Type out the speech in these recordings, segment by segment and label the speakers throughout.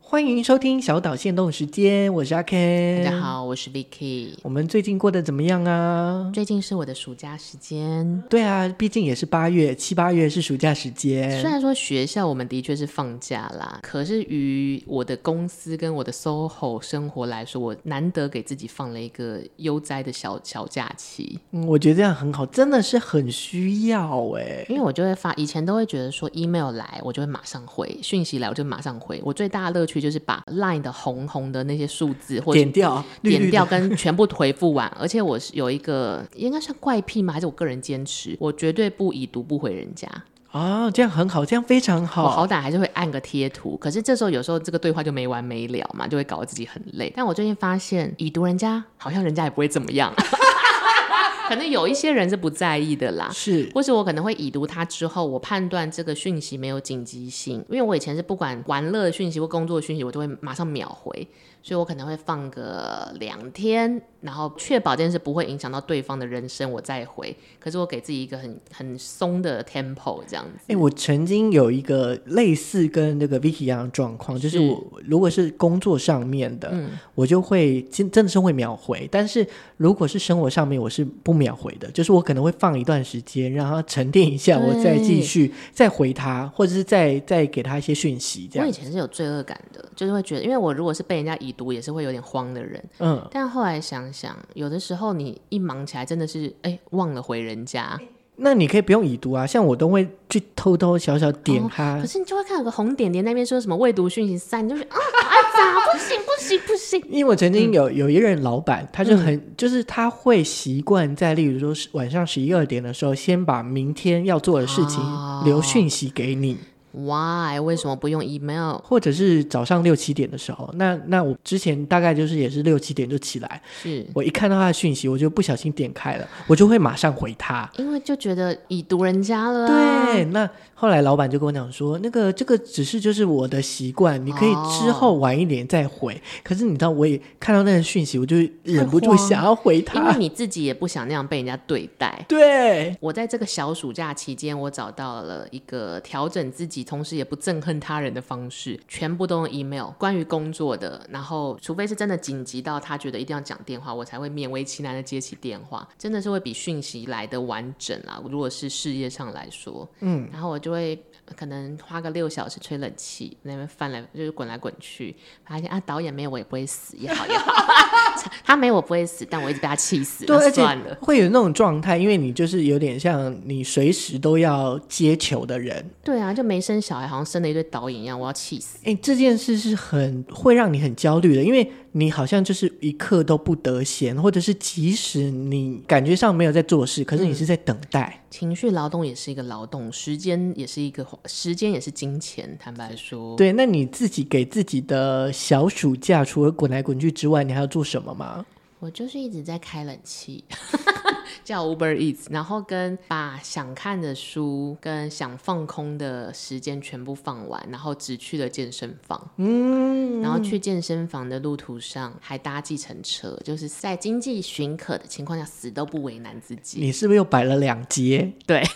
Speaker 1: 欢迎收听小岛限动时间，我是阿 Ken。
Speaker 2: 大家，好，我是 Vicky。
Speaker 1: 我们最近过得怎么样啊？
Speaker 2: 最近是我的暑假时间，
Speaker 1: 对啊，毕竟也是八月，七八月是暑假时
Speaker 2: 虽
Speaker 1: 间。
Speaker 2: 然说学校我们的确是放假啦，可是于我的公司跟我的 SOHO 生活来说，我难得给自己放了一个悠哉的小小假期，
Speaker 1: 嗯，我觉得这样很好，真的是很需要哎、
Speaker 2: 因为我就会发，以前都会觉得说 email 来我就会马上回，讯息来我就马上回，我最大的乐趣就是把 Line 的红红的那些数字或者
Speaker 1: 点掉，绿绿
Speaker 2: 点
Speaker 1: 的
Speaker 2: 掉跟全部回复完， 而且我是有一个应该算怪癖吗？还是我个人坚持，我绝对不已读不回人家。
Speaker 1: 啊，这样很好，这样非常
Speaker 2: 我
Speaker 1: 好。
Speaker 2: 好歹还是会按个贴图，可是这时候有时候这个对话就没完没了嘛，就会搞得自己很累。但我最近发现，已读人家好像人家也不会怎么样， 可能有一些人是不在意的啦。
Speaker 1: 是
Speaker 2: 或是我可能会已读它之后，我判断这个讯息没有紧急性，因为我以前是不管玩乐讯息或工作讯息，我都会马上秒回，所以我可能会放个两天，然后确保这件事不会影响到对方的人生，我再回。可是我给自己一个很很松的 tempo 这样子。
Speaker 1: 哎、我曾经有一个类似跟那个 Vicky 一样的状况，就是
Speaker 2: 是嗯
Speaker 1: 我如果是工作上面的，我就会真真的是会秒回；但是如果是生活上面，我是不秒回的，就是我可能会放一段时间，让它沉淀一下，
Speaker 2: 对
Speaker 1: 我再继续再回他，或者是再再给他一些讯息，这
Speaker 2: 我以
Speaker 1: 样。
Speaker 2: 前是有罪恶感的，就是会觉得，因为我如果是被人家已读，也是会有点慌的人。
Speaker 1: 嗯，
Speaker 2: 但后来想想，有的时候你一忙起来，真的是哎、忘了回人家，
Speaker 1: 那你可以不用已读啊，像我都会去偷偷小小点
Speaker 2: 哦
Speaker 1: 他。
Speaker 2: 可是你就会看有个红点点那边说什么未读讯息三，你就觉得啊，哎咋不行不行不行，
Speaker 1: 因为我曾
Speaker 2: 嗯
Speaker 1: 经有有一任老板，他就很、就是他会习惯在例如说是晚上十一二点的时候，先把明天要做的事情
Speaker 2: 哦
Speaker 1: 留讯息给你，
Speaker 2: why 为什么不用 email？
Speaker 1: 或者是早上六七点的时候。那那我之前大概就是也是六七点就起来，
Speaker 2: 是
Speaker 1: 我一看到他的讯息，我就不小心点开了，我就会马上回他。
Speaker 2: 因为就觉得已读人家了、啊，
Speaker 1: 对，那后来老板就跟我讲说，那个这个只是就是我的习惯，你可以之后晚一点再回。可是你知道，我也看到那个讯息，我就忍不住
Speaker 2: 会慌
Speaker 1: 想要回他。
Speaker 2: 因为你自己也不想那样被人家对待。
Speaker 1: 对，
Speaker 2: 我在这个小暑假期间，我找到了一个调整自己，同时也不憎恨他人的方式，全部都用 email。关于工作的，然后除非是真的紧急到他觉得一定要讲电话，我才会勉为其难的接起电话，真的是会比讯息来的完整啦。如果是事业上来说，嗯，然后我就会。可能花个六小时吹冷气，那边翻来就是滚来滚去，发现啊导演没有我也不会死，也好也 好，他没有我不会死，但我一直被他气死，
Speaker 1: 对，
Speaker 2: 那
Speaker 1: 而且
Speaker 2: 算了。
Speaker 1: 会有那种状态，因为你就是有点像你随时都要接球的人。
Speaker 2: 对啊，就没生小孩，好像生了一堆导演一样，我要气死。
Speaker 1: 哎，这件事是很会让你很焦虑的，因为你好像就是一刻都不得闲，或者是即使你感觉上没有在做事，可是你
Speaker 2: 嗯
Speaker 1: 是在等待。
Speaker 2: 情绪劳动也是一个劳动，时间也是一个时间也是金钱。坦白说，
Speaker 1: 对，那你自己给自己的小暑假，除了滚来滚去之外，你还要做什么吗？
Speaker 2: 我就是一直在开冷气， 叫 Uber Eats，然后跟把想看的书跟想放空的时间全部放完，然后只去了健身房。嗯，然后去健身房的路途上还搭计程车，就是在经济许可的情况下，死都不为难自己。
Speaker 1: 你是不是又摆了两节？
Speaker 2: 对。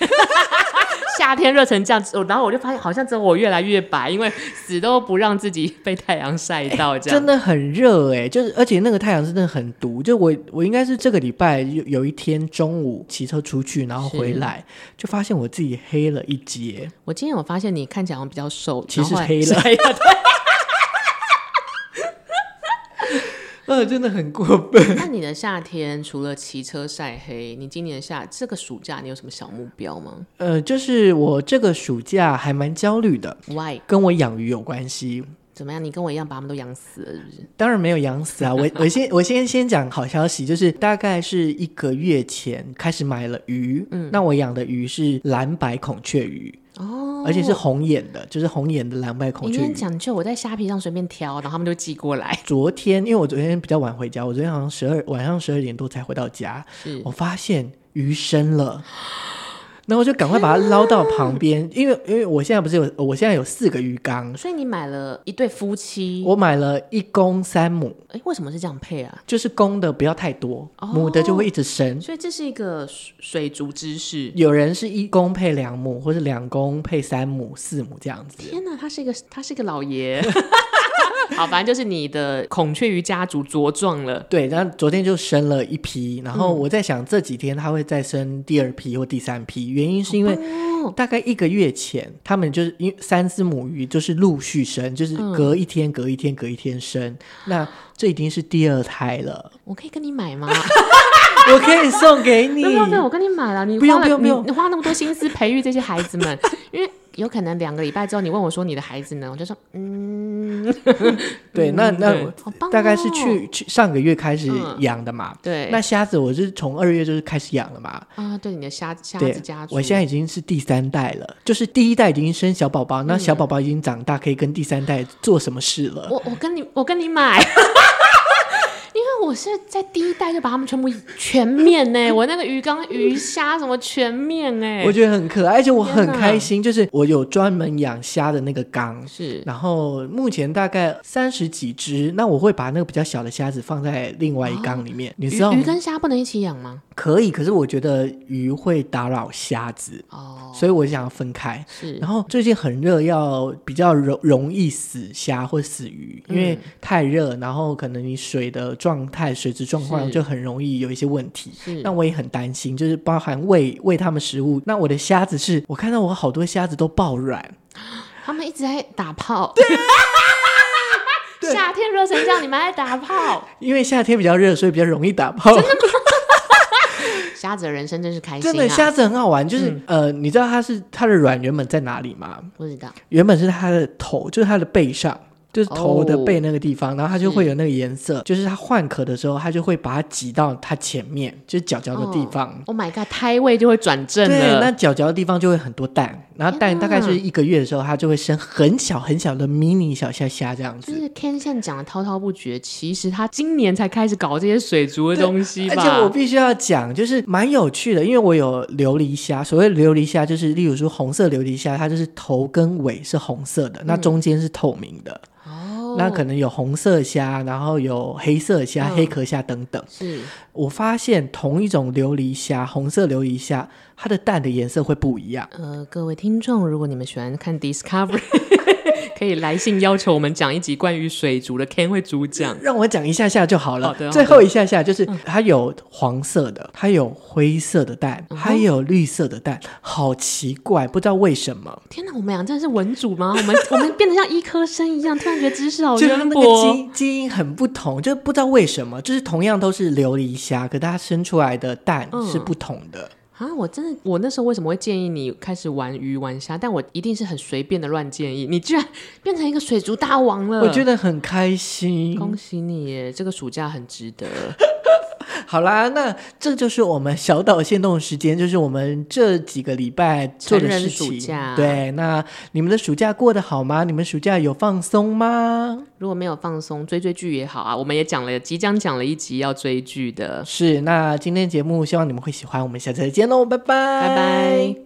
Speaker 2: 夏天热成这样子，我然后我就发现好像只有我越来越白，因为死都不让自己被太阳晒到这样。
Speaker 1: 哎真的很热哎、就是而且那个太阳真的很毒。就我我应该是这个礼拜有有一天中午骑车出去，然后回来就发现我自己黑了一截，
Speaker 2: 我今天有发现你看起来好像比较瘦，
Speaker 1: 其实
Speaker 2: 然后
Speaker 1: 黑了
Speaker 2: 是黑了。
Speaker 1: 呃，真的很过分。
Speaker 2: 那你的夏天除了骑车晒黑，你今年夏这个暑假你有什么小目标吗
Speaker 1: 呃，就是我这个暑假还蛮焦虑的，
Speaker 2: ？Why？
Speaker 1: 跟我养鱼有关系。
Speaker 2: 怎么样？你跟我一样把他们都养死了，是不是？
Speaker 1: 当然没有养死啊！我我 先我先先讲好消息，就是大概是一个月前开始买了鱼，嗯，那我养的鱼是蓝白孔雀鱼，
Speaker 2: 哦，
Speaker 1: 而且是红眼的，就是红眼的蓝白孔
Speaker 2: 哎你
Speaker 1: 雀
Speaker 2: 今
Speaker 1: 鱼
Speaker 2: 天。讲究，我在虾皮上随便挑，然后他们就寄过来。
Speaker 1: 昨天，因为我昨天比较晚回家，我昨天好像十二晚上十二点多才回到家，
Speaker 2: 是
Speaker 1: 我发现鱼生了， 然后我就赶快把它捞到旁边，因为因为我现在不是有我现在有四个鱼缸，
Speaker 2: 所以你买了一对夫妻，
Speaker 1: 我买了一公三母，
Speaker 2: 哎，为什么是这样配啊？
Speaker 1: 就是公的不要太多，
Speaker 2: 哦
Speaker 1: 母的就会一直生。
Speaker 2: 所以这是一个水水族知识。
Speaker 1: 有人是一公配两母，或是两公配三母、四母这样子。
Speaker 2: 天哪，他是一个他是一个老爷， 好，反正就是你的孔雀鱼家族茁壮了。
Speaker 1: 对，然后昨天就生了一批，然后我在想这几天它会再生第二批或第三批，原因是因为
Speaker 2: 哦
Speaker 1: 大概一个月前，他们就是因为三只母鱼就是陆续生，就是隔一天、隔一天、隔一天生，
Speaker 2: 嗯
Speaker 1: 那这已经是第二胎了，
Speaker 2: 我可以跟你买 吗？
Speaker 1: 我可以送给 你
Speaker 2: 不。用不用，我跟你买了，你
Speaker 1: 不用
Speaker 2: 花了
Speaker 1: 不用不
Speaker 2: 你
Speaker 1: 用
Speaker 2: 你花那么多心思培育这些孩子们，因为有可能两个礼拜之后你问我说你的孩子呢，我就说嗯，
Speaker 1: 对，那那
Speaker 2: 对
Speaker 1: 我
Speaker 2: 好棒哦
Speaker 1: 嗯大概是去去上个月开始
Speaker 2: 嗯
Speaker 1: 养的嘛。
Speaker 2: 对，
Speaker 1: 那虾子我是从二月就是开始养了嘛，
Speaker 2: 啊，对你的虾虾
Speaker 1: 对
Speaker 2: 子家，族，
Speaker 1: 我现在已经是第三代了，就是第一代已经生小宝
Speaker 2: 嗯
Speaker 1: 宝，那小宝宝已经长大，可以跟第三代做什么事了？
Speaker 2: 我我跟你我跟你买， 因为我是在第一代就把他们全部全面呢、我那个鱼缸、鱼虾什么全面哎、
Speaker 1: 我觉得很可爱，而且我很
Speaker 2: 天哪
Speaker 1: 开心，就是我有专门养虾的那个缸。
Speaker 2: 是
Speaker 1: 然后目前大概三十几只，那我会把那个比较小的虾子放在另外一缸里面，你知道
Speaker 2: 哦鱼鱼
Speaker 1: 吗？
Speaker 2: 跟虾不能一起养吗？
Speaker 1: 可以，可是我觉得鱼会打扰虾子，
Speaker 2: 哦，
Speaker 1: 所以我想要分开。
Speaker 2: 是
Speaker 1: 然后最近很热，要比较容容易死虾或死鱼，
Speaker 2: 嗯
Speaker 1: 因为太热，然后可能你水的状态、水质状况
Speaker 2: 是
Speaker 1: 就很容易有一些问题。
Speaker 2: 是
Speaker 1: 那我也很担心，就是包含喂喂它们食物。那我的虾子是我看到我好多虾子都爆软，
Speaker 2: 他们一直在打炮，
Speaker 1: 啊
Speaker 2: 对，夏天热成这样，你们还打炮，
Speaker 1: 因为夏天比较热，所以比较容易打泡。
Speaker 2: 啊虾子的人生真是开心、啊，
Speaker 1: 真的虾子很好玩，就是、
Speaker 2: 嗯
Speaker 1: 呃，你知道它是它的卵原本在哪里吗？
Speaker 2: 不知道
Speaker 1: 原本是它的头，就是它的背上，就是头的
Speaker 2: 哦
Speaker 1: 背那个地方，然后它就会有那个颜色，就是它换壳的时候，它就会把它挤到它前面，就是脚脚的地方。
Speaker 2: ，Oh my god，胎位就会转正
Speaker 1: 对，那
Speaker 2: 了，
Speaker 1: 脚脚的地方就会很多蛋，然后蛋
Speaker 2: 天
Speaker 1: 大
Speaker 2: 哪
Speaker 1: 概是一个月的时候，它就会生很小很小的迷你小虾虾这样
Speaker 2: 就
Speaker 1: 子。
Speaker 2: 是 Ken 现在讲的滔滔不绝，其实他今年才开始搞这些水族的东西
Speaker 1: 而
Speaker 2: 吧？
Speaker 1: 且我必须要讲，就是蛮有趣的，因为我有琉璃虾。所谓琉璃虾，就是例如说红色琉璃虾，它就是头跟尾是红色的，那中间是透明的。
Speaker 2: 嗯哦，
Speaker 1: 那可能有红色虾，然后有黑色虾、
Speaker 2: 嗯
Speaker 1: 黑壳虾等等。
Speaker 2: 是
Speaker 1: 我发现同一种琉璃虾，红色琉璃虾，它的蛋的颜色会不一样。
Speaker 2: 呃，各位听众，如果你们喜欢看 Discovery，可 以来信要求我们讲一集关于水族的 Ken 会主讲。
Speaker 1: 让我讲一下下就好了。
Speaker 2: 好的嗯好的
Speaker 1: 最后一下下就是它有黄色的，它有灰色的蛋，
Speaker 2: 嗯
Speaker 1: 还有绿色的蛋，好奇怪，不知道为什么。
Speaker 2: 天哪，我们俩真的是文主吗？我 们我们变得像医科生一样，突然觉得知识好
Speaker 1: 就是它
Speaker 2: 渊
Speaker 1: 那个
Speaker 2: 博。
Speaker 1: 基基因很不同，就是不知道为什么，就是同样都是琉璃虾，可它生出来的蛋
Speaker 2: 嗯
Speaker 1: 是不同的。
Speaker 2: 啊，我真的，我那时候为什么会建议你开始玩鱼玩虾？但我一定是很随便的乱建议，你居然变成一个水族大王了。
Speaker 1: 我觉得很开心，
Speaker 2: 恭喜你耶，这个暑假很值得。
Speaker 1: 好啦，那这就是我们小岛限动时间，就是我们这几个礼拜做的事
Speaker 2: 成人暑
Speaker 1: 情
Speaker 2: 假。
Speaker 1: 对，那你们的暑假过得好吗？你们暑假有放松吗？
Speaker 2: 如果没有放松，追追剧也好啊。我们也讲了，即将讲了一集要追剧的。
Speaker 1: 是，那今天节目希望你们会喜欢，我们下次再见喽，拜拜，
Speaker 2: 拜拜。